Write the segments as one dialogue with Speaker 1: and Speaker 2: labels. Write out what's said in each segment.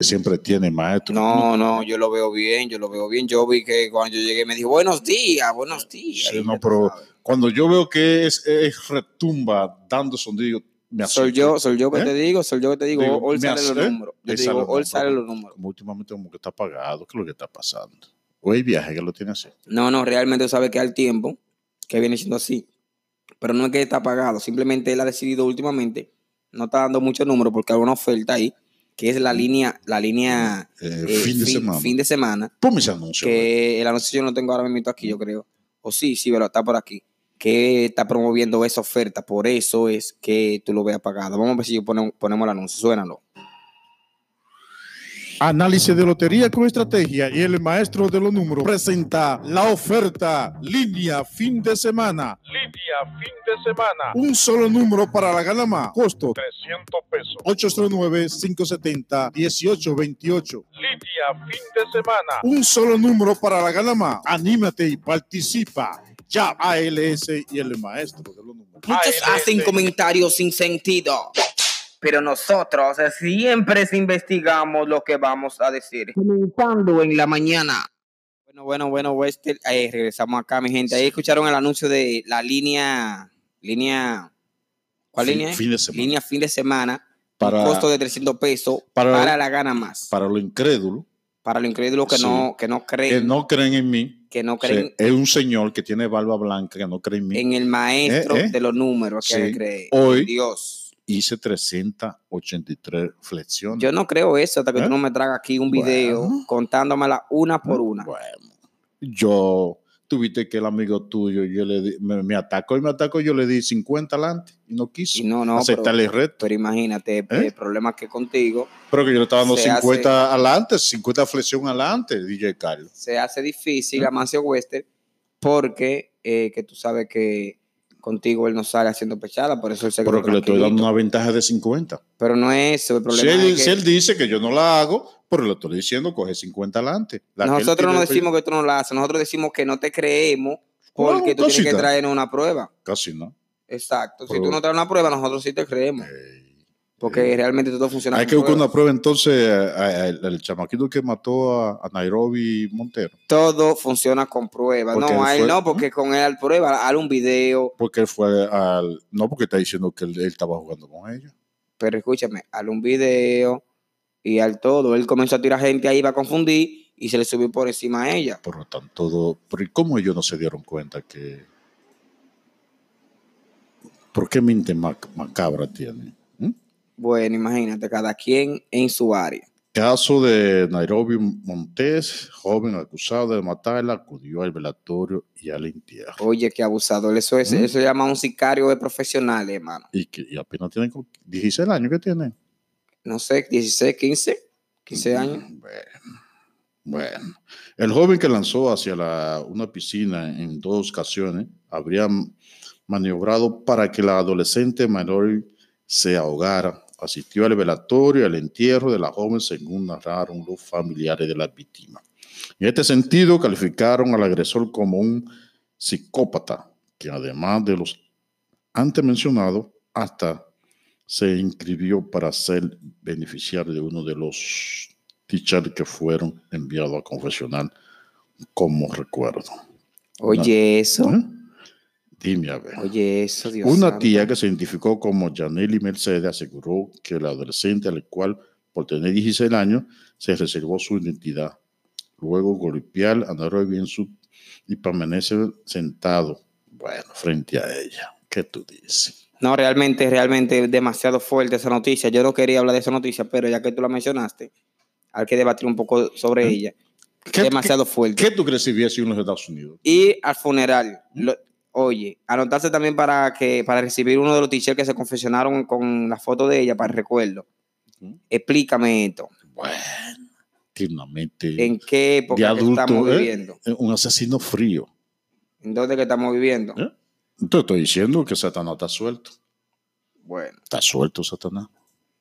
Speaker 1: siempre tiene, maestro.
Speaker 2: No, no, yo lo veo bien, yo lo veo bien. Yo vi que cuando yo llegué me dijo, buenos días, buenos días.
Speaker 1: Sí,
Speaker 2: Y
Speaker 1: no,
Speaker 2: ya
Speaker 1: pero
Speaker 2: sabes.
Speaker 1: cuando yo veo que es, es retumba dando sonido, me asusta.
Speaker 2: Soy yo, soy yo que
Speaker 1: ¿Eh?
Speaker 2: te digo, soy yo que te digo,
Speaker 1: Digo,
Speaker 2: hoy
Speaker 1: me
Speaker 2: sale
Speaker 1: hace-
Speaker 2: los
Speaker 1: ¿eh?
Speaker 2: números. Yo
Speaker 1: Ahí
Speaker 2: te
Speaker 1: sale
Speaker 2: digo,
Speaker 1: los
Speaker 2: hoy
Speaker 1: números.
Speaker 2: sale los números.
Speaker 1: Como últimamente como que está apagado, ¿qué es lo que está pasando? O hay viaje que lo tiene así. eh,
Speaker 2: No, no, realmente sabe que al tiempo que viene siendo así. Pero no es que está pagado, simplemente él ha decidido últimamente, no está dando muchos números porque hay una oferta ahí, que es la línea, la línea
Speaker 1: Eh,
Speaker 2: eh,
Speaker 1: Mm. fin de semana.
Speaker 2: fin de semana,
Speaker 1: Ponme ese anuncio. güey.
Speaker 2: que el anuncio yo no tengo ahora mismo aquí, yo creo. O sí, sí, pero está por aquí. Que está promoviendo esa oferta, por eso es que tú lo veas pagado. Vamos a ver si yo pone- ponemos el anuncio, suénalo.
Speaker 1: Análisis de lotería con estrategia y el maestro de los números presenta la oferta línea fin de semana.
Speaker 3: Lidia, fin de semana,
Speaker 1: Un solo número para la gana más. Costo
Speaker 3: 300 pesos.
Speaker 1: 809-570-1828.
Speaker 3: Lidia, fin de semana,
Speaker 1: Un solo número para la gana más. Anímate y participa. Ya ALS y el maestro de los números.
Speaker 3: Ay,
Speaker 2: Muchos
Speaker 3: este-
Speaker 2: hacen comentarios sin sentido. Pero nosotros eh, siempre investigamos lo que vamos a decir. Comentando en la mañana. Bueno, bueno, bueno, Wester, eh, regresamos acá, mi gente. Ahí escucharon el anuncio de la línea, línea, ¿cuál
Speaker 1: Fin-
Speaker 2: línea? es?
Speaker 1: fin de semana.
Speaker 2: Línea fin de semana,
Speaker 1: Para-
Speaker 2: para, costo de 300 pesos
Speaker 1: para-
Speaker 2: para, la gana más. Para,
Speaker 1: Para lo incrédulo,
Speaker 2: lo increíble que
Speaker 1: Sí.
Speaker 2: no, que no creen,
Speaker 1: que no creen en mí. o sea,
Speaker 2: creen
Speaker 1: es un señor que tiene barba blanca que no cree en mí.
Speaker 2: en el maestro
Speaker 1: Eh, eh.
Speaker 2: de los números que
Speaker 1: Sí.
Speaker 2: hay que creer.
Speaker 1: Hoy-
Speaker 2: Dios.
Speaker 1: Hice 383 flexiones.
Speaker 2: Yo no creo eso hasta que
Speaker 1: ¿Eh?
Speaker 2: tú no me tragas aquí un video
Speaker 1: Bueno. ¿Eh?
Speaker 2: contándomela una por una.
Speaker 1: Bueno, yo tuviste que el amigo tuyo, yo le di- me, me atacó y me atacó, yo le di 50 adelante y no quiso
Speaker 2: Y no, no,
Speaker 1: aceptar
Speaker 2: pero,
Speaker 1: el reto.
Speaker 2: pero imagínate
Speaker 1: ¿Eh?
Speaker 2: el problema que contigo
Speaker 1: Pero que yo le estaba dando
Speaker 2: se hace-
Speaker 1: 50 adelante, 50 flexión adelante, DJ Carlos.
Speaker 2: se hace difícil,
Speaker 1: ¿Eh?
Speaker 2: Amancio Wester, porque eh, que tú sabes que contigo él no sale haciendo pechada, por eso él se quedó
Speaker 1: Pero que le estoy dando
Speaker 2: tranquilito.
Speaker 1: una ventaja de 50.
Speaker 2: Pero no es eso, el
Speaker 1: Si
Speaker 2: problema
Speaker 1: él,
Speaker 2: es que
Speaker 1: si él dice que yo no la hago, pero le estoy diciendo coge 50 adelante. La que él
Speaker 2: nosotros no
Speaker 1: tiene-
Speaker 2: decimos que tú no la haces, nosotros decimos que no te creemos
Speaker 1: Bueno,
Speaker 2: porque tú tienes que
Speaker 1: cosita.
Speaker 2: traer una prueba.
Speaker 1: Casi no.
Speaker 2: Exacto, si
Speaker 1: Pero-
Speaker 2: tú no traes una prueba, nosotros sí te creemos,
Speaker 1: Eh,
Speaker 2: Mm. porque
Speaker 1: eh,
Speaker 2: realmente todo funciona
Speaker 1: Hay
Speaker 2: con
Speaker 1: que buscar
Speaker 2: pruebas.
Speaker 1: una prueba entonces a- a- al al chamaquito que mató a, a Nairobi Montero,
Speaker 2: todo funciona con pruebas.
Speaker 1: Porque
Speaker 2: No,
Speaker 1: él
Speaker 2: a él
Speaker 1: fue-
Speaker 2: no, porque con él prueba, haz un video,
Speaker 1: porque él fue al... No, porque está diciendo que él, él estaba jugando con ellos.
Speaker 2: pero escúchame, haz un video y al todo. Él comenzó a tirar gente ahí, va a confundir y se le subió por encima a ella.
Speaker 1: Por lo tanto, todo- pero ¿y ¿cómo ellos no se dieron cuenta que... ¿Por qué mente mac- macabra tiene? ¿Mm?
Speaker 2: Bueno, imagínate, cada quien en su área.
Speaker 1: Caso de Nairobi Montes, joven acusado de matarla, acudió al velatorio y al entierro.
Speaker 2: Oye, qué abusador. Eso es,
Speaker 1: Mm.
Speaker 2: eso se llama un sicario de profesional, hermano.
Speaker 1: Y, que, y apenas tiene como 16 años que tiene.
Speaker 2: No sé, 16, 15, 15 años.
Speaker 1: Bueno, bueno. el joven que lanzó hacia la- una piscina en dos ocasiones habría maniobrado para que la adolescente Mallory se ahogara. Asistió al velatorio y al entierro de la joven, según narraron los familiares de la víctima. En este sentido, calificaron al agresor como un psicópata, que además de los antes mencionados, hasta se inscribió para ser beneficiario de uno de los teachers que fueron enviados a confesional como recuerdo.
Speaker 2: Oye, eso.
Speaker 1: ¿Eh? Dime a ver.
Speaker 2: Oye, eso, Dios.
Speaker 1: Una
Speaker 2: santo.
Speaker 1: tía que se identificó como Janely Mercedes aseguró que el adolescente al cual, por tener 16 años, se reservó su identidad. Luego golpear a Nairobi en su y permanecer sentado, bueno, frente a ella. ¿Qué tú dices?
Speaker 2: No, realmente, realmente demasiado fuerte esa noticia. Yo no quería hablar de esa noticia, pero ya que tú la mencionaste, hay que debatir un poco
Speaker 1: ¿Eh?
Speaker 2: sobre ella.
Speaker 1: ¿Qué,
Speaker 2: demasiado fuerte.
Speaker 1: qué- qué tú crees si hubiese sido en los Estados Unidos?
Speaker 2: Y al funeral, lo- oye, anotarse también para que para recibir uno de los t que se confesionaron con la foto de ella para el recuerdo.
Speaker 1: Ujú.
Speaker 2: Explícamente esto.
Speaker 1: Bueno, tiene una mente-
Speaker 2: ¿En qué época
Speaker 1: De
Speaker 2: que
Speaker 1: adulto,
Speaker 2: estamos
Speaker 1: ¿eh?
Speaker 2: viviendo?
Speaker 1: eh, un asesino frío.
Speaker 2: ¿En dónde que estamos viviendo?
Speaker 1: ¿Eh? Te estoy diciendo que Satanás está suelto.
Speaker 2: Bueno,
Speaker 1: Está suelto, Satanás.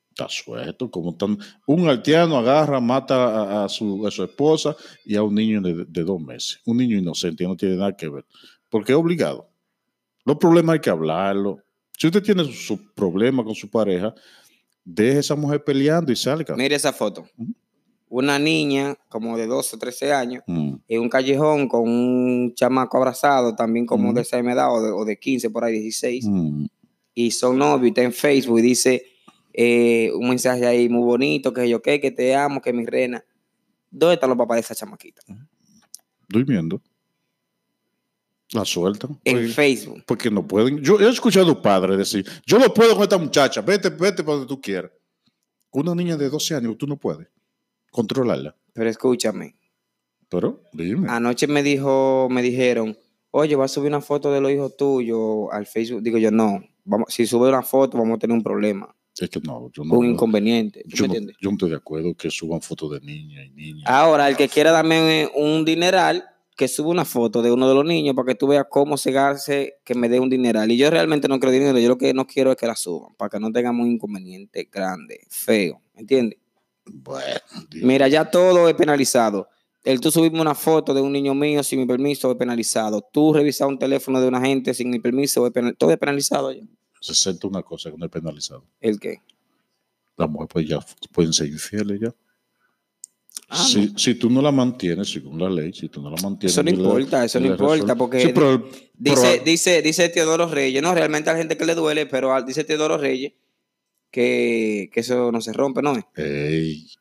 Speaker 1: Está suelto. Como tan... Un haitiano agarra, mata a, a su, a su esposa y a un niño de, de dos meses. Un niño inocente, no tiene nada que ver. Porque es obligado. Los problemas hay que hablarlo. Si usted tiene su, su problema con su pareja, deje a esa mujer peleando y salga.
Speaker 2: mire esa foto. una niña como de 12 o 13 años
Speaker 1: Mm,
Speaker 2: en un callejón con un chamaco abrazado, también como
Speaker 1: Mm.
Speaker 2: de esa misma edad o de, o de 15, por ahí 16,
Speaker 1: mm,
Speaker 2: y son novios, y está en Facebook y dice eh, un mensaje ahí muy bonito, que yo qué, que te amo, que mi reina. ¿Dónde están los papás de esa chamaquita?
Speaker 1: durmiendo. La sueltan.
Speaker 2: En
Speaker 1: Porque-
Speaker 2: Facebook.
Speaker 1: Porque no pueden. Yo he escuchado a un padre decir, yo no puedo con esta muchacha, vete, vete para donde tú quieras. Una niña de 12 años, tú no puedes controlarla.
Speaker 2: Pero escúchame,
Speaker 1: Pero, dime.
Speaker 2: anoche me dijo, me dijeron, oye, va a subir una foto de los hijos tuyos al Facebook. Digo yo, no, vamos, si sube una foto vamos a tener un problema,
Speaker 1: Es que no, yo no.
Speaker 2: un inconveniente. ¿Tú
Speaker 1: yo,
Speaker 2: me
Speaker 1: no,
Speaker 2: entiendes? Ah.
Speaker 1: yo no estoy de acuerdo que suban fotos de niña y niña.
Speaker 2: Ahora, el que quiera darme un dineral, que suba una foto de uno de los niños para que tú veas cómo cegarse que me dé un dineral. Y yo realmente no quiero dinero, yo lo que no quiero es que la suban, para que no tengamos un inconveniente grande, feo, ¿entiendes?
Speaker 1: Bueno, Dios.
Speaker 2: Mira, ya todo es penalizado. El tú subirme una foto de un niño mío sin mi permiso es penalizado. Tú revisar un teléfono de una gente sin mi permiso es penalizado. Todo es penalizado ya.
Speaker 1: se acepta una cosa que no es penalizado.
Speaker 2: ¿El qué?
Speaker 1: Las mujeres pues, ya pueden ser infieles ya.
Speaker 2: Ah,
Speaker 1: si, si tú no la mantienes, según la ley, si tú no la mantienes.
Speaker 2: Eso no
Speaker 1: ni la-
Speaker 2: importa, eso
Speaker 1: ni la
Speaker 2: no importa,
Speaker 1: resuelves.
Speaker 2: porque
Speaker 1: Sí, pero el-
Speaker 2: Dice,
Speaker 1: pero-
Speaker 2: dice, dice Teodoro Reyes, no, realmente a la gente que le duele, pero al- dice Teodoro Reyes que, que eso no se rompe, ¿no?
Speaker 1: Ey,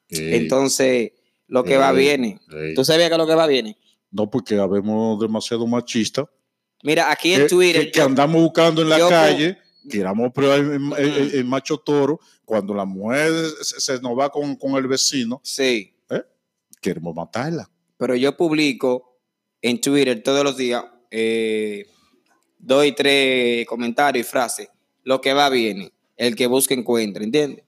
Speaker 1: ey,
Speaker 2: Entonces, lo que va
Speaker 1: Ey.
Speaker 2: viene.
Speaker 1: ey.
Speaker 2: ¿Tú sabías que lo que va viene?
Speaker 1: No, porque habemos demasiado machistas.
Speaker 2: Mira, aquí en
Speaker 1: que-
Speaker 2: Twitter,
Speaker 1: que, que
Speaker 2: yo-
Speaker 1: andamos buscando en la
Speaker 2: yo con-
Speaker 1: calle, tiramos pruebas en, en- en- en macho toro, cuando la mujer se, se nos va con, con el vecino,
Speaker 2: sí,
Speaker 1: queremos matarla.
Speaker 2: pero yo publico en Twitter todos los días, eh, doy tres comentarios y frases, lo que va viene, el que busca encuentra, ¿entiendes?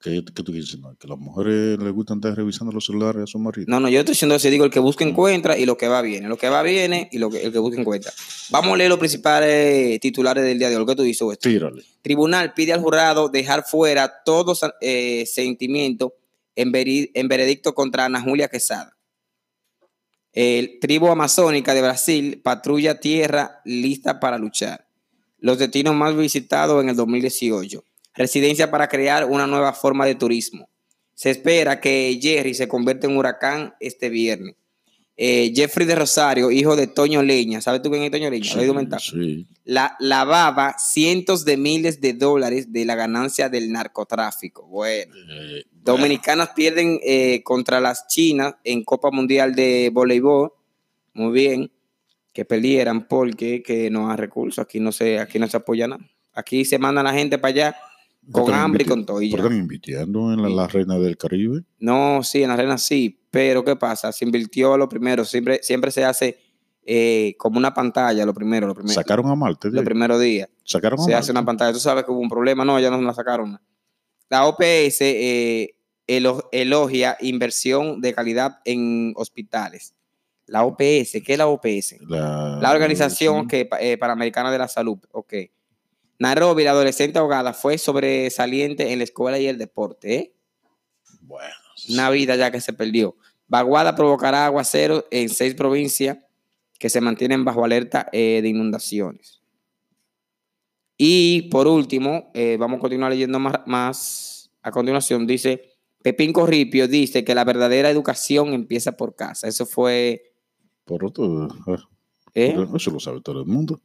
Speaker 1: ¿Qué, qué tú dices? No, que las mujeres les gusta andar revisando los celulares a su marido.
Speaker 2: No, no, yo estoy diciendo así, digo el que busca encuentra y lo que va viene, lo que va viene y lo que, el que busca encuentra. Vamos a leer los principales titulares del día de hoy, lo que tú dices, Weston.
Speaker 1: Tírale.
Speaker 2: Tribunal pide al jurado dejar fuera todo sa- eh, sentimiento en, veri- en veredicto contra Ana Julia Quesada. El tribu amazónica de Brasil patrulla tierra lista para luchar. Los destinos más visitados en el 2018. Residencia para crear una nueva forma de turismo. Se espera que Jerry se convierta en huracán este viernes. Eh, Jeffrey de Rosario, hijo de Toño Leña. ¿Sabes tú quién es Toño Leña? Lo he oído mentar
Speaker 1: sí.
Speaker 2: la, lavaba cientos de miles de dólares de la ganancia del narcotráfico. Bueno,
Speaker 1: Eh,
Speaker 2: dominicanas pierden eh, contra las chinas en Copa Mundial de Voleibol. Muy bien, que perdieran porque que no hay recursos. Aquí no se, aquí no se apoya nada. Aquí se manda la gente para allá
Speaker 1: pero eh,
Speaker 2: con
Speaker 1: están
Speaker 2: hambre y
Speaker 1: inviti-
Speaker 2: con todo. y ya.
Speaker 1: pero están invitando en la, la reina del Caribe.
Speaker 2: No, sí, en la arena sí, pero ¿qué pasa? Se invirtió lo primero, siempre, siempre se hace eh, como una pantalla, lo primero, lo primero,
Speaker 1: Sacaron a Marte. de
Speaker 2: lo
Speaker 1: ahí.
Speaker 2: primero día.
Speaker 1: Sacaron a
Speaker 2: se
Speaker 1: Marte.
Speaker 2: hace una pantalla. Tú sabes que hubo un problema, no, ya no la sacaron. La OPS eh, elo- elogia inversión de calidad en hospitales. La OPS, ¿qué es la OPS?
Speaker 1: La,
Speaker 2: La organización
Speaker 1: Ah, sí.
Speaker 2: que, pa- eh, Panamericana de la Salud, ok. Nairobi, la adolescente ahogada, fue sobresaliente en la escuela y el deporte, ¿eh?
Speaker 1: Bueno,
Speaker 2: Una vida ya que se perdió. Vaguada provocará aguacero en seis provincias que se mantienen bajo alerta eh, de inundaciones. Y por último, eh, vamos a continuar leyendo más, más. A continuación dice, Pepín Corripio dice que la verdadera educación empieza por casa. Eso fue...
Speaker 1: por otro, eh,
Speaker 2: ¿eh?
Speaker 1: eso lo sabe todo el mundo.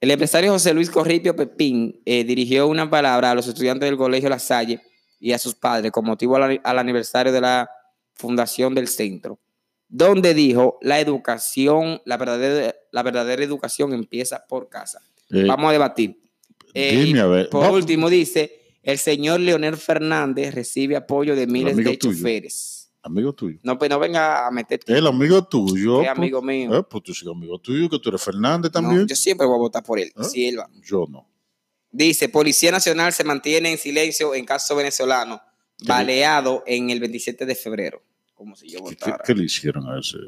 Speaker 2: El empresario José Luis Corripio Pepín eh, dirigió una palabra a los estudiantes del Colegio La Salle y a sus padres con motivo al, ani- al aniversario de la fundación del centro, donde dijo, la educación, la verdadera, la verdadera educación empieza por casa.
Speaker 1: Eh,
Speaker 2: Vamos a debatir. Eh,
Speaker 1: dime a ver.
Speaker 2: Por
Speaker 1: va-
Speaker 2: último, dice, el señor Leonel Fernández recibe apoyo de miles
Speaker 1: amigo
Speaker 2: de
Speaker 1: tuyo.
Speaker 2: choferes.
Speaker 1: Amigo tuyo.
Speaker 2: No, pues no venga a meterte,
Speaker 1: El amigo tuyo.
Speaker 2: que es
Speaker 1: pues,
Speaker 2: amigo mío.
Speaker 1: Eh, pues tú eres amigo tuyo, que tú eres Fernández
Speaker 2: No,
Speaker 1: también.
Speaker 2: yo siempre voy a votar por él,
Speaker 1: ¿Eh?
Speaker 2: si él va.
Speaker 1: yo no.
Speaker 2: Dice, Policía Nacional se mantiene en silencio en caso venezolano, baleado en el 27 de febrero. Como si yo
Speaker 1: ¿Qué, qué-
Speaker 2: votara.
Speaker 1: qué le hicieron a ese?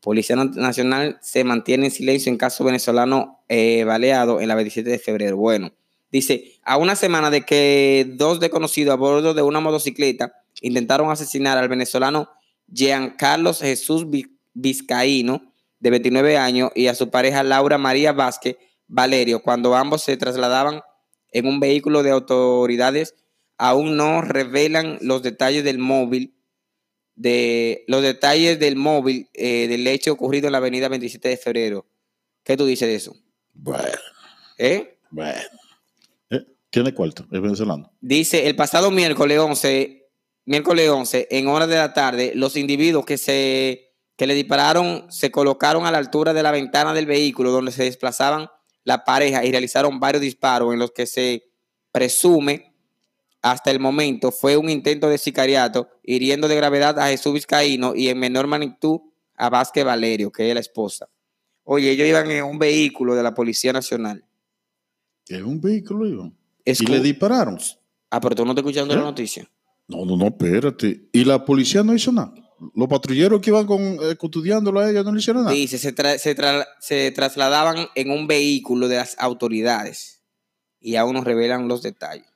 Speaker 2: Policía Na- Nacional se mantiene en silencio en caso venezolano eh, baleado en la 27 de febrero. Bueno, dice, a una semana de que dos desconocidos a bordo de una motocicleta intentaron asesinar al venezolano Giancarlo Jesús Vi- Vizcaíno, de 29 años, y a su pareja Laura María Vázquez Valerio, cuando ambos se trasladaban en un vehículo de autoridades, aún no revelan los detalles del móvil de los detalles del móvil eh, del hecho ocurrido en la avenida 27 de febrero. ¿Qué tú dices de eso?
Speaker 1: Bueno,
Speaker 2: ¿Eh?
Speaker 1: bueno. Eh, Tiene cuarto, es venezolano.
Speaker 2: Dice, el pasado miércoles 11, miércoles 11, en horas de la tarde, los individuos que, se, que le dispararon se colocaron a la altura de la ventana del vehículo donde se desplazaban la pareja y realizaron varios disparos en los que se presume hasta el momento fue un intento de sicariato, hiriendo de gravedad a Jesús Vizcaíno y en menor magnitud a Vázquez Valerio, que es la esposa. Oye, ellos iban en un vehículo de la Policía Nacional.
Speaker 1: Es un vehículo, Iván. Y
Speaker 2: Escu-
Speaker 1: le dispararon.
Speaker 2: Ah, pero tú no estás escuchando
Speaker 1: ¿Eh?
Speaker 2: la noticia.
Speaker 1: No, no, no, espérate. Y la policía no hizo nada. Los patrulleros que iban con, eh, custodiándolo a ella no le hicieron nada.
Speaker 2: Dice, se, tra- se, tra- se trasladaban en un vehículo de las autoridades y aún nos revelan los detalles.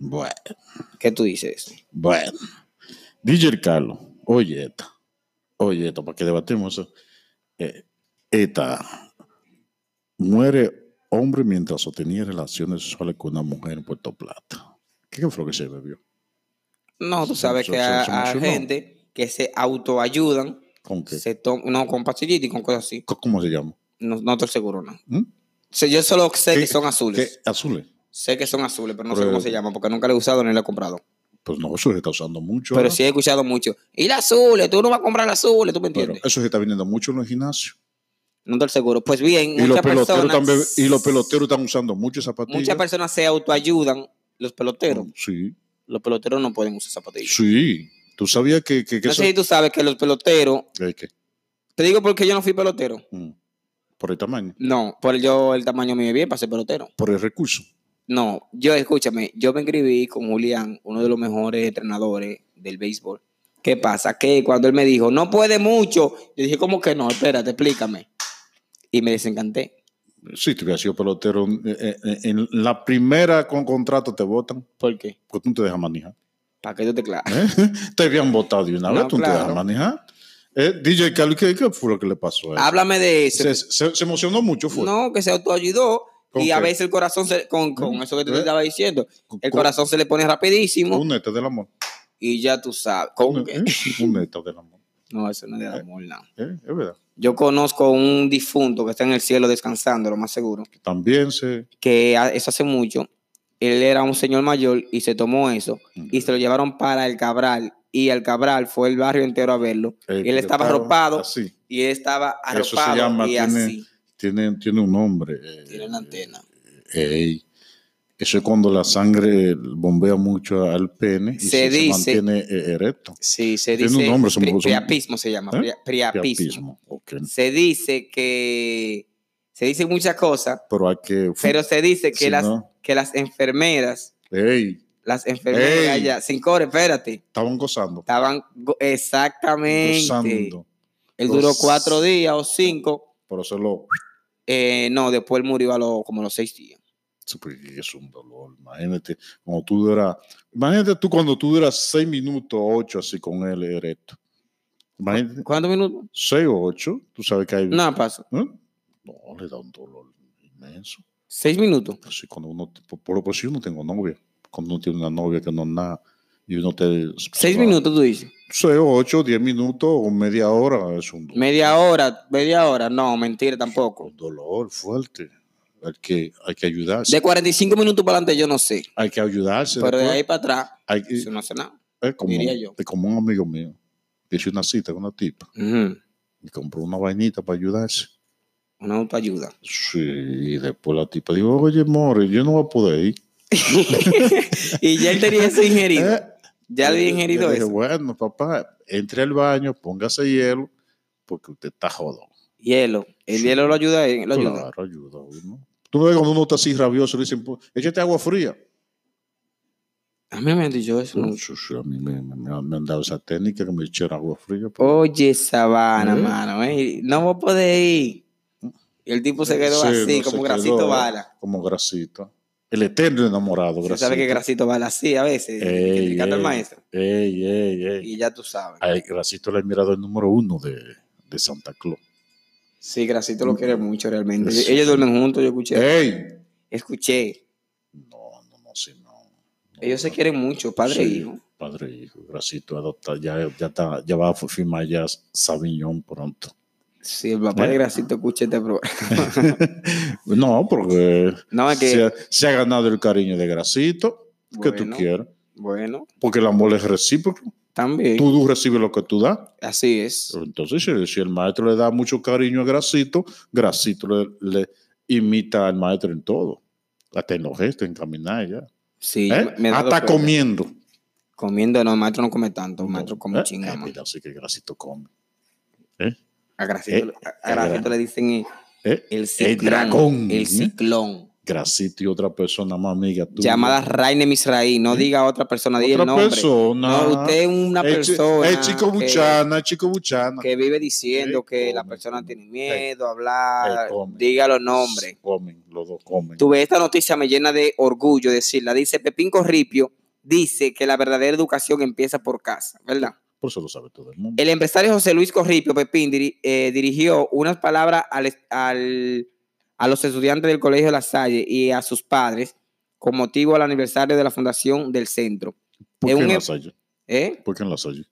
Speaker 1: Bueno,
Speaker 2: ¿Qué tú dices?
Speaker 1: bueno. DJ Carlos, oye esta. Oye esta, para que debatimos eso. Eh, esta. Muere hombre mientras sostenía relaciones sexuales con una mujer en Puerto Plata. ¿Qué fue lo que se bebió?
Speaker 2: No, tú
Speaker 1: Se-
Speaker 2: sabes
Speaker 1: se-
Speaker 2: que
Speaker 1: se-
Speaker 2: a-
Speaker 1: se
Speaker 2: hay
Speaker 1: emocionó.
Speaker 2: gente que se autoayudan,
Speaker 1: ¿Con qué?
Speaker 2: se tom- no, con pastillitas y con cosas así.
Speaker 1: Co- ¿Cómo se llama?
Speaker 2: No, no estoy seguro, no.
Speaker 1: ¿Mm?
Speaker 2: Sí, yo solo sé
Speaker 1: ¿Qué-
Speaker 2: que son azules.
Speaker 1: ¿Qué? Azules.
Speaker 2: Sé que son azules, pero no sé
Speaker 1: Pero-
Speaker 2: cómo se llaman, porque nunca lo he usado ni lo he comprado.
Speaker 1: Pues no, eso se está usando mucho.
Speaker 2: Pero
Speaker 1: ahora.
Speaker 2: sí he escuchado mucho. Y las azules, tú no vas a comprar las azules, tú me
Speaker 1: Pero eh,
Speaker 2: entiendes.
Speaker 1: eso se está vendiendo mucho en los gimnasios.
Speaker 2: no estoy seguro. Pues bien,
Speaker 1: Y los,
Speaker 2: muchas
Speaker 1: peloteros
Speaker 2: personas,
Speaker 1: están bebe- y los peloteros están usando mucho zapatillas.
Speaker 2: muchas personas se autoayudan, los peloteros.
Speaker 1: Sí,
Speaker 2: Los peloteros no pueden usar zapatillas.
Speaker 1: sí. Tú sabías que, que, que
Speaker 2: no
Speaker 1: eso-
Speaker 2: sé si tú sabes que los peloteros,
Speaker 1: ¿Qué- qué?
Speaker 2: te digo porque yo no fui pelotero.
Speaker 1: Mm. Por el tamaño,
Speaker 2: No, por yo el tamaño mío es bien para ser pelotero.
Speaker 1: por el recurso.
Speaker 2: No, yo escúchame, yo me inscribí con Julián, uno de los mejores entrenadores del béisbol. ¿Qué pasa? Que cuando él me dijo, no puede mucho, yo dije, ¿cómo que no? Espérate, explícame. Y me desencanté.
Speaker 1: Sí, tú hubieras sido pelotero. eh, eh, En la primera con contrato te votan,
Speaker 2: ¿Por qué?
Speaker 1: porque tú no te dejas manejar.
Speaker 2: Para que yo te claro.
Speaker 1: ¿eh? Te habían votado de una
Speaker 2: No,
Speaker 1: vez, tú no te dejas
Speaker 2: claro.
Speaker 1: manejar. Eh, DJ Cali, ¿qué, qué fue lo que le pasó a él?
Speaker 2: Háblame de eso.
Speaker 1: Se, se- se emocionó mucho, fue.
Speaker 2: No, que se autoayudó
Speaker 1: ¿Con
Speaker 2: y a
Speaker 1: qué?
Speaker 2: veces el corazón, se- con, con
Speaker 1: ¿Mm?
Speaker 2: eso que te
Speaker 1: ¿Eh?
Speaker 2: estaba diciendo,
Speaker 1: Con-
Speaker 2: el
Speaker 1: con-
Speaker 2: corazón se le pone rapidísimo
Speaker 1: Un neta del amor.
Speaker 2: y ya tú sabes. ¿Con qué?
Speaker 1: Un, eh, un neta del amor.
Speaker 2: No, eso no es de amor, no.
Speaker 1: Eh, Es verdad.
Speaker 2: Yo conozco un difunto que está en el cielo descansando, lo más seguro.
Speaker 1: También se.
Speaker 2: que a- eso hace mucho, él era un señor mayor y se tomó eso
Speaker 1: Mm.
Speaker 2: y se lo llevaron para el Cabral y al Cabral fue el barrio entero a verlo
Speaker 1: Eh,
Speaker 2: él estaba arropado
Speaker 1: Así.
Speaker 2: y él estaba
Speaker 1: Eso se
Speaker 2: arropado
Speaker 1: llama,
Speaker 2: y
Speaker 1: tiene-
Speaker 2: así,
Speaker 1: Tiene, tiene un nombre. eh,
Speaker 2: tiene una antena.
Speaker 1: ey. Eso es cuando la sangre bombea mucho al pene y
Speaker 2: Se
Speaker 1: se, se
Speaker 2: dice-
Speaker 1: mantiene eh, erecto.
Speaker 2: Sí, se
Speaker 1: Tiene
Speaker 2: dice
Speaker 1: un nombre, son-
Speaker 2: pri-
Speaker 1: son-
Speaker 2: priapismo se llama,
Speaker 1: ¿Eh?
Speaker 2: pri- priapismo.
Speaker 1: Priapismo, ok.
Speaker 2: Se dice que se dice muchas cosas,
Speaker 1: Pero hay que.
Speaker 2: pero se dice que
Speaker 1: Si
Speaker 2: las
Speaker 1: no-
Speaker 2: que las enfermeras,
Speaker 1: Ey,
Speaker 2: las enfermeras
Speaker 1: Ey.
Speaker 2: allá, sin cobre, espérate,
Speaker 1: estaban gozando.
Speaker 2: estaban go- exactamente
Speaker 1: Gozando.
Speaker 2: Él duró
Speaker 1: Los-
Speaker 2: cuatro días o cinco.
Speaker 1: Pero eso lo.
Speaker 2: Eh, no, después él murió a los como a los seis días.
Speaker 1: pues, Es un dolor. Imagínate. Cuando tú duras. Imagínate tú cuando tú duras seis minutos, ocho, así con él erecto. Imagínate.
Speaker 2: ¿Cuántos minutos?
Speaker 1: Seis o ocho. Tú sabes que hay.
Speaker 2: Nada, paso.
Speaker 1: ¿Eh? No, le da un dolor inmenso.
Speaker 2: Seis minutos.
Speaker 1: Así cuando uno, te- por- por, por si yo no tengo novia, cuando uno tiene una novia que no es nada, y uno te...
Speaker 2: Seis
Speaker 1: se va-
Speaker 2: minutos, tú dices.
Speaker 1: Seis, ocho, diez minutos o media hora es un dolor,
Speaker 2: Media hora, media hora. No, mentira tampoco.
Speaker 1: un dolor fuerte. Hay que, hay que ayudarse.
Speaker 2: De 45 minutos para adelante, yo no sé.
Speaker 1: hay que ayudarse.
Speaker 2: Pero de
Speaker 1: después.
Speaker 2: ahí para atrás,
Speaker 1: Hay que-
Speaker 2: eso no hace nada.
Speaker 1: es como,
Speaker 2: diría yo.
Speaker 1: es como un amigo mío. Hice una cita con una tipa
Speaker 2: Ujú.
Speaker 1: y compró una vainita para ayudarse.
Speaker 2: Una autoayuda.
Speaker 1: Sí, y después la tipa dijo, oye, More, yo no voy a poder ir.
Speaker 2: Y ya él tenía eso ingerido.
Speaker 1: Eh,
Speaker 2: Ya le había
Speaker 1: Yo- yo
Speaker 2: ingerido
Speaker 1: le dije,
Speaker 2: eso.
Speaker 1: Bueno, papá, entre al baño, póngase hielo, porque usted está jodón.
Speaker 2: Hielo. El hielo lo ayuda. eh, Lo ayuda.
Speaker 1: Claro, ayuda a uno. Tú no ves cuando uno está así rabioso, le dicen, "Pon- échate agua fría.
Speaker 2: A mí me han dicho eso. ¿no?
Speaker 1: Sí, sí, a mí me, me- me han- me han dado esa técnica que me echaron agua fría. pues. pero-
Speaker 2: Oye, Sabana,
Speaker 1: ¿Eh?
Speaker 2: mano, ¿eh? no voy a poder ir. Y el tipo Oh, se quedó
Speaker 1: Sí,
Speaker 2: así,
Speaker 1: no, se
Speaker 2: como
Speaker 1: quedó,
Speaker 2: grasito
Speaker 1: ¿eh?
Speaker 2: bala.
Speaker 1: Como grasito. El eterno enamorado,
Speaker 2: Tú
Speaker 1: grasito. Eh,
Speaker 2: sabes que grasito bala así a veces,
Speaker 1: Ey,
Speaker 2: criticando al
Speaker 1: ey.
Speaker 2: maestro.
Speaker 1: Ey, ey, ey.
Speaker 2: Y ya tú sabes.
Speaker 1: eh. Ay, grasito era el mirador número uno de, de Santa Claus.
Speaker 2: Sí, grasito lo quiere mucho realmente.
Speaker 1: Eso.
Speaker 2: Ellos duermen juntos, yo escuché.
Speaker 1: Eh. ¡Ey!
Speaker 2: Escuché.
Speaker 1: No, no, no, sí, no.
Speaker 2: Ellos se quieren mucho, padre
Speaker 1: Sí.
Speaker 2: e hijo.
Speaker 1: Padre e hijo, Gracito adopta, ya, ya, está- ya va a firmar ya Sabiñón pronto.
Speaker 2: Sí, el papá
Speaker 1: ¿Eh?
Speaker 2: de Gracito escucha este programa.
Speaker 1: No, porque
Speaker 2: No, es que.
Speaker 1: se, ha- se ha ganado el cariño de Gracito, que tú
Speaker 2: Bueno.
Speaker 1: quieras,
Speaker 2: Bueno,
Speaker 1: porque el amor es recíproco.
Speaker 2: también.
Speaker 1: Tú, tú recibes lo que tú das.
Speaker 2: Así es.
Speaker 1: Entonces, si, si el maestro le da mucho cariño a Gracito, Gracito le, le imita al maestro en todo. Hasta en los gestos, en caminar ya.
Speaker 2: Sí,
Speaker 1: ¿Eh?
Speaker 2: me- me he dado
Speaker 1: Hasta
Speaker 2: cuenta.
Speaker 1: comiendo.
Speaker 2: Comiendo, no, el maestro no come tanto. El maestro come
Speaker 1: ¿Eh?
Speaker 2: chinga
Speaker 1: Eh,
Speaker 2: más.
Speaker 1: mira, así que Gracito come.
Speaker 2: A Gracito,
Speaker 1: Eh,
Speaker 2: a- a Gracito
Speaker 1: eh,
Speaker 2: le dicen eh,
Speaker 1: ¿Eh?
Speaker 2: el ciclón. El,
Speaker 1: dragón, ¿eh?
Speaker 2: ciclón.
Speaker 1: Gracito y otra persona más amiga tuya.
Speaker 2: Llamada Raine Misraí. No
Speaker 1: ¿Eh?
Speaker 2: diga otra persona, diga
Speaker 1: Otra
Speaker 2: el nombre.
Speaker 1: persona.
Speaker 2: No, usted es una
Speaker 1: Eh, chi-
Speaker 2: persona.
Speaker 1: eh, chico
Speaker 2: que-
Speaker 1: buchana, chico buchana.
Speaker 2: que vive diciendo
Speaker 1: Eh,
Speaker 2: que la
Speaker 1: come,
Speaker 2: persona
Speaker 1: come.
Speaker 2: tiene miedo a hablar,
Speaker 1: eh, come.
Speaker 2: diga los nombres.
Speaker 1: Comen, los dos comen.
Speaker 2: Tuve esta noticia, me llena de orgullo decirla. Dice Pepín Corripio, dice que la verdadera educación empieza por casa, ¿verdad?
Speaker 1: Por eso lo sabe todo el mundo.
Speaker 2: El empresario José Luis Corripio Pepín diri- eh, dirigió unas palabras al, es- al- a los estudiantes del Colegio La Salle y a sus padres con motivo al aniversario de la fundación del centro.
Speaker 1: ¿Por qué
Speaker 2: es un
Speaker 1: en
Speaker 2: em-
Speaker 1: la salle?
Speaker 2: ¿eh?
Speaker 1: ¿Por qué en la salle?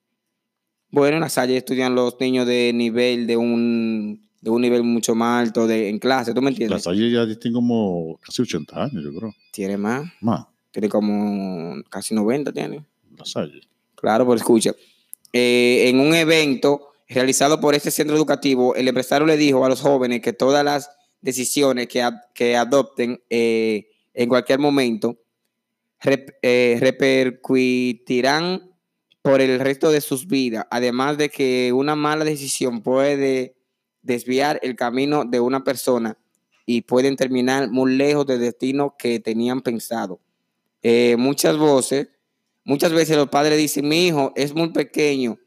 Speaker 2: Bueno, en La Salle estudian los niños de nivel, de un, de un nivel mucho más alto de, en clase, ¿tú
Speaker 1: La
Speaker 2: me entiendes?
Speaker 1: salle ya tiene como casi 80 años, yo creo.
Speaker 2: Tiene más,
Speaker 1: Más,
Speaker 2: tiene como casi 90, tiene.
Speaker 1: la salle.
Speaker 2: Claro, pero escucha. eh, en un evento realizado por este centro educativo, el empresario le dijo a los jóvenes que todas las decisiones que, ad- que adopten eh, en cualquier momento rep- eh, repercutirán por el resto de sus vidas, además de que una mala decisión puede desviar el camino de una persona y pueden terminar muy lejos del destino que tenían pensado. Eh, muchas voces Muchas veces los padres dicen, mi hijo es muy pequeño,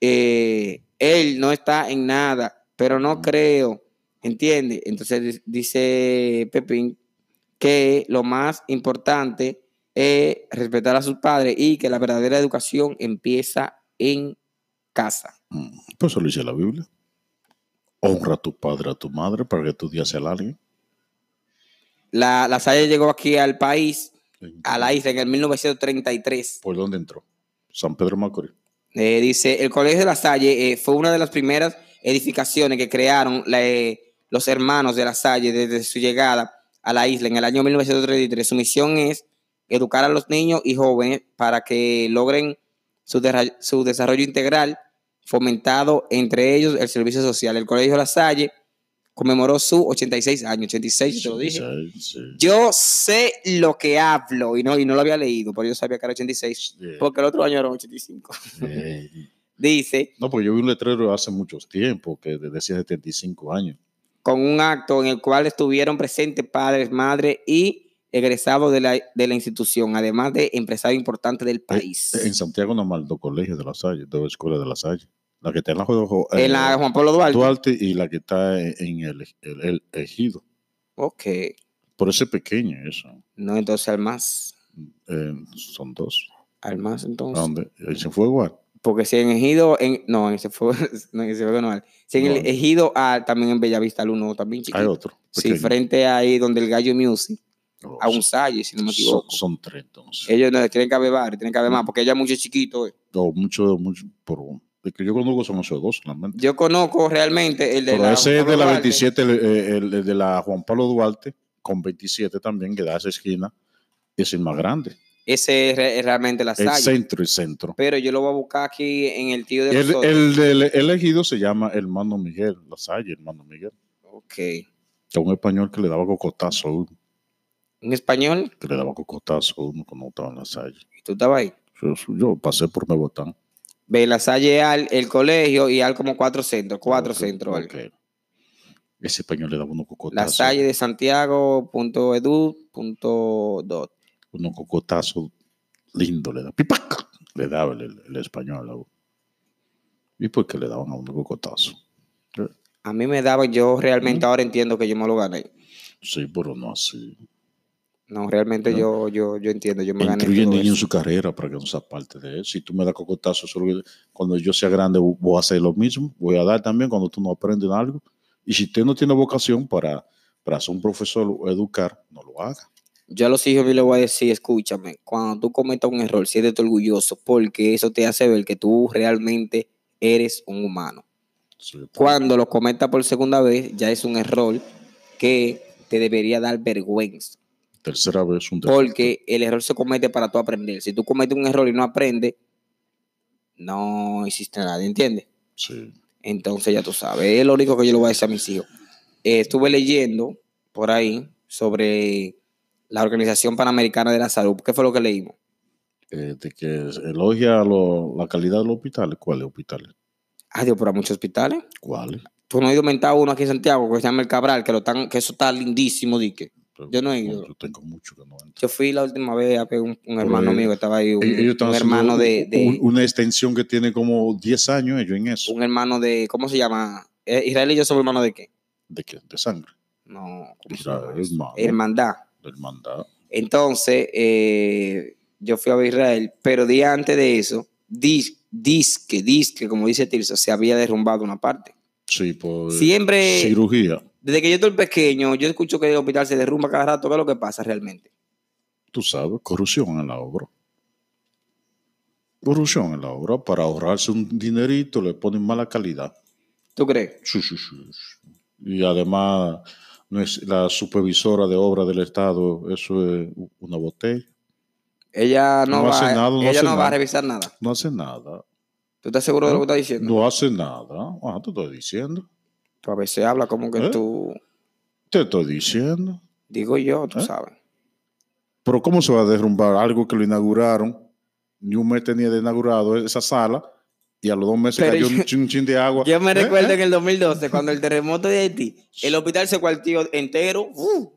Speaker 2: eh, él no está en nada, pero no creo, ¿entiende? Entonces di- dice Pepín que lo más importante es respetar a sus padres y que la verdadera educación empieza en casa.
Speaker 1: Mm, Pues eso lo dice la Biblia. Honra a tu padre, a tu madre, para que tu día se alargue.
Speaker 2: La, la Salle llegó aquí al país,
Speaker 1: En-
Speaker 2: a la isla, en el 1933.
Speaker 1: ¿Por dónde entró? San Pedro Macorís.
Speaker 2: Eh, dice, el Colegio de La Salle eh, fue una de las primeras edificaciones que crearon la, eh, los hermanos de La Salle desde su llegada a la isla en el año 1933. Su misión es educar a los niños y jóvenes para que logren su, derra- su desarrollo integral, fomentado entre ellos el servicio social. El Colegio de La Salle conmemoró su 86 años, 86, yo te lo
Speaker 1: Sí,
Speaker 2: dije.
Speaker 1: sí, sí.
Speaker 2: Yo sé lo que hablo y no, y no lo había leído, pero yo sabía que era 86,
Speaker 1: Eh,
Speaker 2: porque el otro año era 85.
Speaker 1: eh,
Speaker 2: Dice
Speaker 1: no, porque yo vi un letrero hace muchos tiempos que de- decía 75 años.
Speaker 2: con un acto en el cual estuvieron presentes padres, madres y egresados de la, de la institución, además de empresarios importantes del país.
Speaker 1: Eh, En Santiago nomás dos colegios de la Salle, dos escuelas de la Salle. La que está en la, Jo- eh,
Speaker 2: en la Juan Pablo Duarte.
Speaker 1: Duarte y la que está en- en el, el- el Ejido.
Speaker 2: Ok,
Speaker 1: Por ese pequeño, eso.
Speaker 2: no, entonces al más,
Speaker 1: Eh, son dos.
Speaker 2: al más
Speaker 1: ¿A
Speaker 2: entonces.
Speaker 1: ¿Dónde? Eh, Se fue igual.
Speaker 2: Porque si en Ejido, en, no, en ese fue, no, en ese fue no, si en el
Speaker 1: No.
Speaker 2: Ejido ah, también en Bellavista, al uno también
Speaker 1: Hay
Speaker 2: chiquito.
Speaker 1: otro.
Speaker 2: Sí,
Speaker 1: pequeño.
Speaker 2: frente ahí donde el Gallo Music,
Speaker 1: Oh,
Speaker 2: a un Salle, si no me
Speaker 1: son,
Speaker 2: equivoco. Eh.
Speaker 1: son tres entonces.
Speaker 2: Ellos no tienen que haber varios, tienen que haber
Speaker 1: Mm.
Speaker 2: más, porque ella es mucho chiquito. eh.
Speaker 1: O mucho, mucho, pero de que yo conozco son esos dos solamente.
Speaker 2: Yo conozco realmente el de
Speaker 1: Pero
Speaker 2: la
Speaker 1: ese es
Speaker 2: Juan
Speaker 1: de
Speaker 2: Pablo
Speaker 1: la
Speaker 2: Duarte.
Speaker 1: 27, el, eh, el- el de la Juan Pablo Duarte, con 27 también, que da esa esquina. Es el más grande.
Speaker 2: Ese es, re- es realmente la
Speaker 1: El
Speaker 2: salle.
Speaker 1: centro, el centro.
Speaker 2: Pero yo lo voy a buscar aquí en el tío de
Speaker 1: El,
Speaker 2: nosotros.
Speaker 1: el del elegido se llama Hermano Miguel, la Salle, Hermano Miguel.
Speaker 2: Ok.
Speaker 1: Que un español que le daba cocotazo a uno,
Speaker 2: ¿En español?
Speaker 1: que le daba cocotazo a uno cuando estaba en la Salle.
Speaker 2: ¿Y tú estabas ahí?
Speaker 1: Yo, yo pasé por Nebotán.
Speaker 2: Ve, la salle al el colegio y al como cuatro centros, cuatro
Speaker 1: Ok,
Speaker 2: centros. al.
Speaker 1: ok. Ese español le daba unos cocotazos.
Speaker 2: La salle de Santiago punto edu punto dot.
Speaker 1: Unos cocotazos lindo le daba. ¡Pipac! Le daba el, el- el español. a uno. ¿Y por qué le daban a uno cocotazo?
Speaker 2: A mí me daban, yo realmente
Speaker 1: Mm.
Speaker 2: ahora entiendo que yo me lo gané.
Speaker 1: Sí, pero no así.
Speaker 2: No, realmente
Speaker 1: No.
Speaker 2: yo, yo, yo entiendo, yo me gané.
Speaker 1: Incluye el
Speaker 2: todo
Speaker 1: niño en
Speaker 2: eso.
Speaker 1: su carrera para que no sea parte de él. Si tú me das cocotazo, solo que cuando yo sea grande vo- voy a hacer lo mismo. Voy a dar también cuando tú no aprendes algo. Y si usted no tiene vocación para, para ser un profesor o educar, no lo haga.
Speaker 2: Yo a los hijos míos les voy a decir, escúchame, cuando tú cometas un error, siéntete orgulloso, porque eso te hace ver que tú realmente eres un humano.
Speaker 1: Sí,
Speaker 2: Cuando lo cometas por segunda vez, ya es un error que te debería dar vergüenza.
Speaker 1: tercera vez un defecto.
Speaker 2: Porque el error se comete para tú aprender. Si tú cometes un error y no aprendes, no hiciste nada, ¿entiendes?
Speaker 1: Sí.
Speaker 2: Entonces ya tú sabes, es lo único que yo le voy a decir a mis hijos. Eh, estuve leyendo por ahí sobre la Organización Panamericana de la Salud. ¿Qué fue lo que leímos?
Speaker 1: Eh, de que elogia lo- la calidad de los hospitales. ¿Cuáles hospitales?
Speaker 2: Ah, Dios, pero a muchos hospitales.
Speaker 1: ¿Cuáles?
Speaker 2: Tú no has ido a inventar uno aquí en Santiago que se llama El Cabral, que, lo tan, que eso está lindísimo, dique. Yo no he ido.
Speaker 1: Yo tengo mucho que no entro.
Speaker 2: Yo fui la última vez a ver un, un hermano
Speaker 1: ellos-
Speaker 2: mío que estaba ahí, un,
Speaker 1: Ellos están
Speaker 2: un
Speaker 1: haciendo
Speaker 2: hermano de,
Speaker 1: un-
Speaker 2: de-
Speaker 1: un- una extensión que tiene como 10 años ellos en eso.
Speaker 2: un hermano de, ¿cómo se llama? Eh, Israel y yo somos hermanos de qué?
Speaker 1: ¿De qué? De sangre.
Speaker 2: No, ¿cómo se llama
Speaker 1: Israel,
Speaker 2: eso?
Speaker 1: hermano.
Speaker 2: hermandad.
Speaker 1: de hermandad.
Speaker 2: Entonces, eh, yo fui a Israel, pero día antes de eso, dis, disque, disque, como dice Tirso, se había derrumbado una parte.
Speaker 1: Sí, por
Speaker 2: Siempre,
Speaker 1: cirugía.
Speaker 2: desde que yo estoy pequeño, yo escucho que el hospital se derrumba cada rato, ¿qué es lo que pasa realmente?
Speaker 1: Tú sabes, corrupción en la obra. Corrupción en la obra para ahorrarse un dinerito, le ponen mala calidad.
Speaker 2: ¿Tú crees?
Speaker 1: Sí, sí, sí, sí. Y además, no es la supervisora de obra del Estado, eso es u- una botella.
Speaker 2: Ella no,
Speaker 1: No
Speaker 2: va,
Speaker 1: hace nada, no
Speaker 2: ella
Speaker 1: hace
Speaker 2: no va a
Speaker 1: nada.
Speaker 2: revisar nada.
Speaker 1: No hace nada.
Speaker 2: ¿Tú estás seguro de lo que estás diciendo?
Speaker 1: No hace nada. Ah, te estoy diciendo.
Speaker 2: Tú a veces hablas como que
Speaker 1: ¿Eh?
Speaker 2: tú,
Speaker 1: Te estoy diciendo.
Speaker 2: digo yo, tú
Speaker 1: ¿Eh?
Speaker 2: sabes.
Speaker 1: Pero ¿cómo se va a derrumbar algo que lo inauguraron? Ni un mes tenía de inaugurado esa sala y a los dos meses
Speaker 2: Pero
Speaker 1: cayó
Speaker 2: yo-
Speaker 1: un chin, chin de agua.
Speaker 2: Yo me
Speaker 1: ¿Eh?
Speaker 2: recuerdo
Speaker 1: ¿Eh?
Speaker 2: en el 2012, cuando el terremoto de Haití, el hospital se cuartió entero, ¡uh!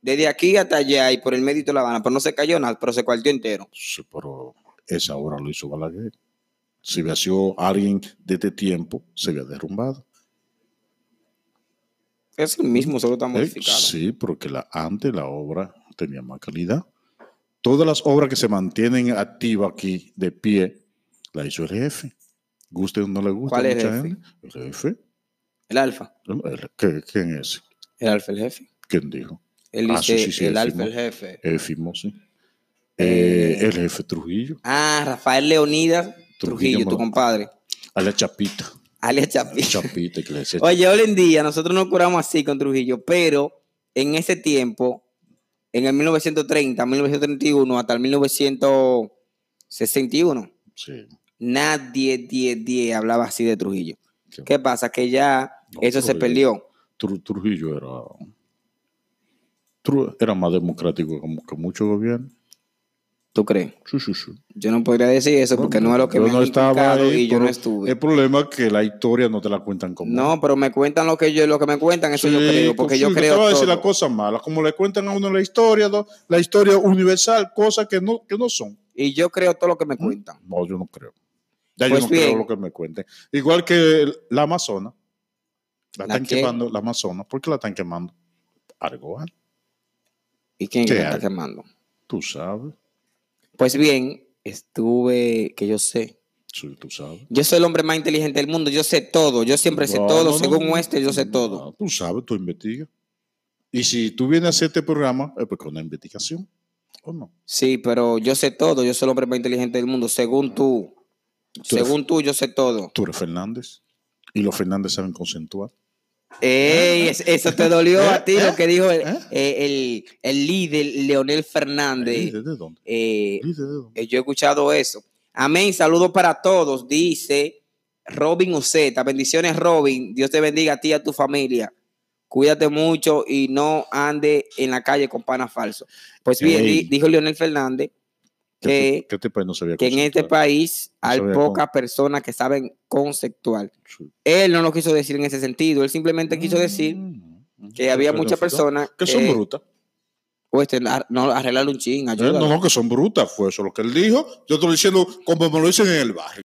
Speaker 2: desde aquí hasta allá y por el medio de La Habana, pero no se cayó nada, pero se cuartió entero.
Speaker 1: Sí, pero esa obra lo hizo Balaguer. Si hubiera sido alguien de este tiempo, se había derrumbado.
Speaker 2: Es el mismo, solo está
Speaker 1: Eh,
Speaker 2: modificado.
Speaker 1: Sí, porque la, antes la obra tenía más calidad. Todas las obras que se mantienen activas aquí, de pie, la hizo el jefe. Guste o no le gusta.
Speaker 2: ¿Cuál
Speaker 1: a
Speaker 2: es el
Speaker 1: mucha
Speaker 2: jefe?
Speaker 1: gente. El jefe.
Speaker 2: El alfa,
Speaker 1: El- ¿qué- ¿Quién es?
Speaker 2: el alfa, el jefe.
Speaker 1: ¿Quién dijo?
Speaker 2: Él
Speaker 1: Ah, sí,
Speaker 2: dice,
Speaker 1: sí, sí,
Speaker 2: el
Speaker 1: el
Speaker 2: alfa,
Speaker 1: mismo.
Speaker 2: el jefe.
Speaker 1: El FIMO, sí. Eh,
Speaker 2: Eh,
Speaker 1: el jefe Trujillo.
Speaker 2: Ah, Rafael Leonidas Trujillo,
Speaker 1: Trujillo,
Speaker 2: tu
Speaker 1: mano.
Speaker 2: compadre.
Speaker 1: A la Chapita.
Speaker 2: Alias Chapi.
Speaker 1: Chapita, que le decía
Speaker 2: Oye, hoy en día nosotros nos curamos así con Trujillo, pero en ese tiempo, en el 1930, 1931 hasta el 1961,
Speaker 1: Chapita. Sí.
Speaker 2: nadie 10, 10 hablaba así de Trujillo.
Speaker 1: Qué-
Speaker 2: ¿Qué pasa? Que ya
Speaker 1: No,
Speaker 2: eso se
Speaker 1: Trujillo.
Speaker 2: perdió.
Speaker 1: Tru- Trujillo era. Tru- era más democrático que, mu- que muchos gobiernos.
Speaker 2: ¿Tú crees?
Speaker 1: Sí, sí, sí.
Speaker 2: Yo no podría decir eso porque no es lo que
Speaker 1: yo
Speaker 2: me
Speaker 1: no
Speaker 2: han
Speaker 1: estaba
Speaker 2: inculcado
Speaker 1: ahí,
Speaker 2: y yo
Speaker 1: pero
Speaker 2: no estuve.
Speaker 1: El problema es que la historia no te la cuentan como.
Speaker 2: No, pero me cuentan lo que yo lo que me cuentan, eso yo
Speaker 1: Sí, pues
Speaker 2: creo, porque
Speaker 1: sí,
Speaker 2: yo
Speaker 1: que
Speaker 2: creo
Speaker 1: Te va a decir
Speaker 2: todo.
Speaker 1: la cosa mala, como le cuentan a uno la historia, ¿no? la historia universal, cosas que no, que no son.
Speaker 2: y yo creo todo lo que me cuentan.
Speaker 1: No, yo no creo. Ya yo
Speaker 2: Pues
Speaker 1: no
Speaker 2: bien.
Speaker 1: creo lo que me cuenten. Igual que el- la Amazona. La,
Speaker 2: ¿La
Speaker 1: están
Speaker 2: qué?
Speaker 1: quemando, la Amazona. ¿Por qué la están quemando? Argoal,
Speaker 2: ¿Y quién es que
Speaker 1: ¿Qué
Speaker 2: me está
Speaker 1: hay?
Speaker 2: quemando?
Speaker 1: tú sabes.
Speaker 2: Pues bien, estuve, que yo sé.
Speaker 1: Sí, tú sabes.
Speaker 2: Yo soy el hombre más inteligente del mundo, yo sé todo, yo siempre sé
Speaker 1: No,
Speaker 2: todo,
Speaker 1: no, no,
Speaker 2: según
Speaker 1: no,
Speaker 2: este yo sé
Speaker 1: no,
Speaker 2: todo.
Speaker 1: Tú sabes, tú investigas. Y si tú vienes a hacer este programa, es porque es una investigación. ¿O no?
Speaker 2: Sí, pero yo sé todo, yo soy el hombre más inteligente del mundo, según tú.
Speaker 1: eres-
Speaker 2: Según tú, yo sé todo.
Speaker 1: Tú eres Fernández. Y los Fernández saben consensuar. Ah,
Speaker 2: Ey, es- eso te dolió a ti lo que dijo el,
Speaker 1: ¿Eh?
Speaker 2: eh, el- el líder Leonel Fernández.
Speaker 1: ¿Líder de dónde?
Speaker 2: Eh,
Speaker 1: ¿Líder de dónde?
Speaker 2: eh, yo he escuchado eso. Amén, saludos para todos, dice Robin Uceta. Bendiciones, Robin. Dios te bendiga a ti y a tu familia. Cuídate mucho y no ande en la calle con panas falsos. Pues bien, di-
Speaker 1: Ey.
Speaker 2: dijo Leonel Fernández
Speaker 1: ¿Qué,
Speaker 2: que,
Speaker 1: te- qué te parece? No sabía
Speaker 2: que en este
Speaker 1: consensuar.
Speaker 2: país hay
Speaker 1: Eso había con-
Speaker 2: pocas personas que saben conceptual.
Speaker 1: Sí.
Speaker 2: Él no lo quiso decir en ese sentido, él simplemente quiso decir
Speaker 1: Mm, mm,
Speaker 2: que había
Speaker 1: pero
Speaker 2: muchas
Speaker 1: fíjate,
Speaker 2: personas
Speaker 1: Que son brutas.
Speaker 2: Oeste, ar- este, no, arreglarle un ching,
Speaker 1: Eh,
Speaker 2: ayúdalo.
Speaker 1: No, no, que son brutas, fue eso lo que él dijo. Yo estoy diciendo como me lo dicen en el barrio.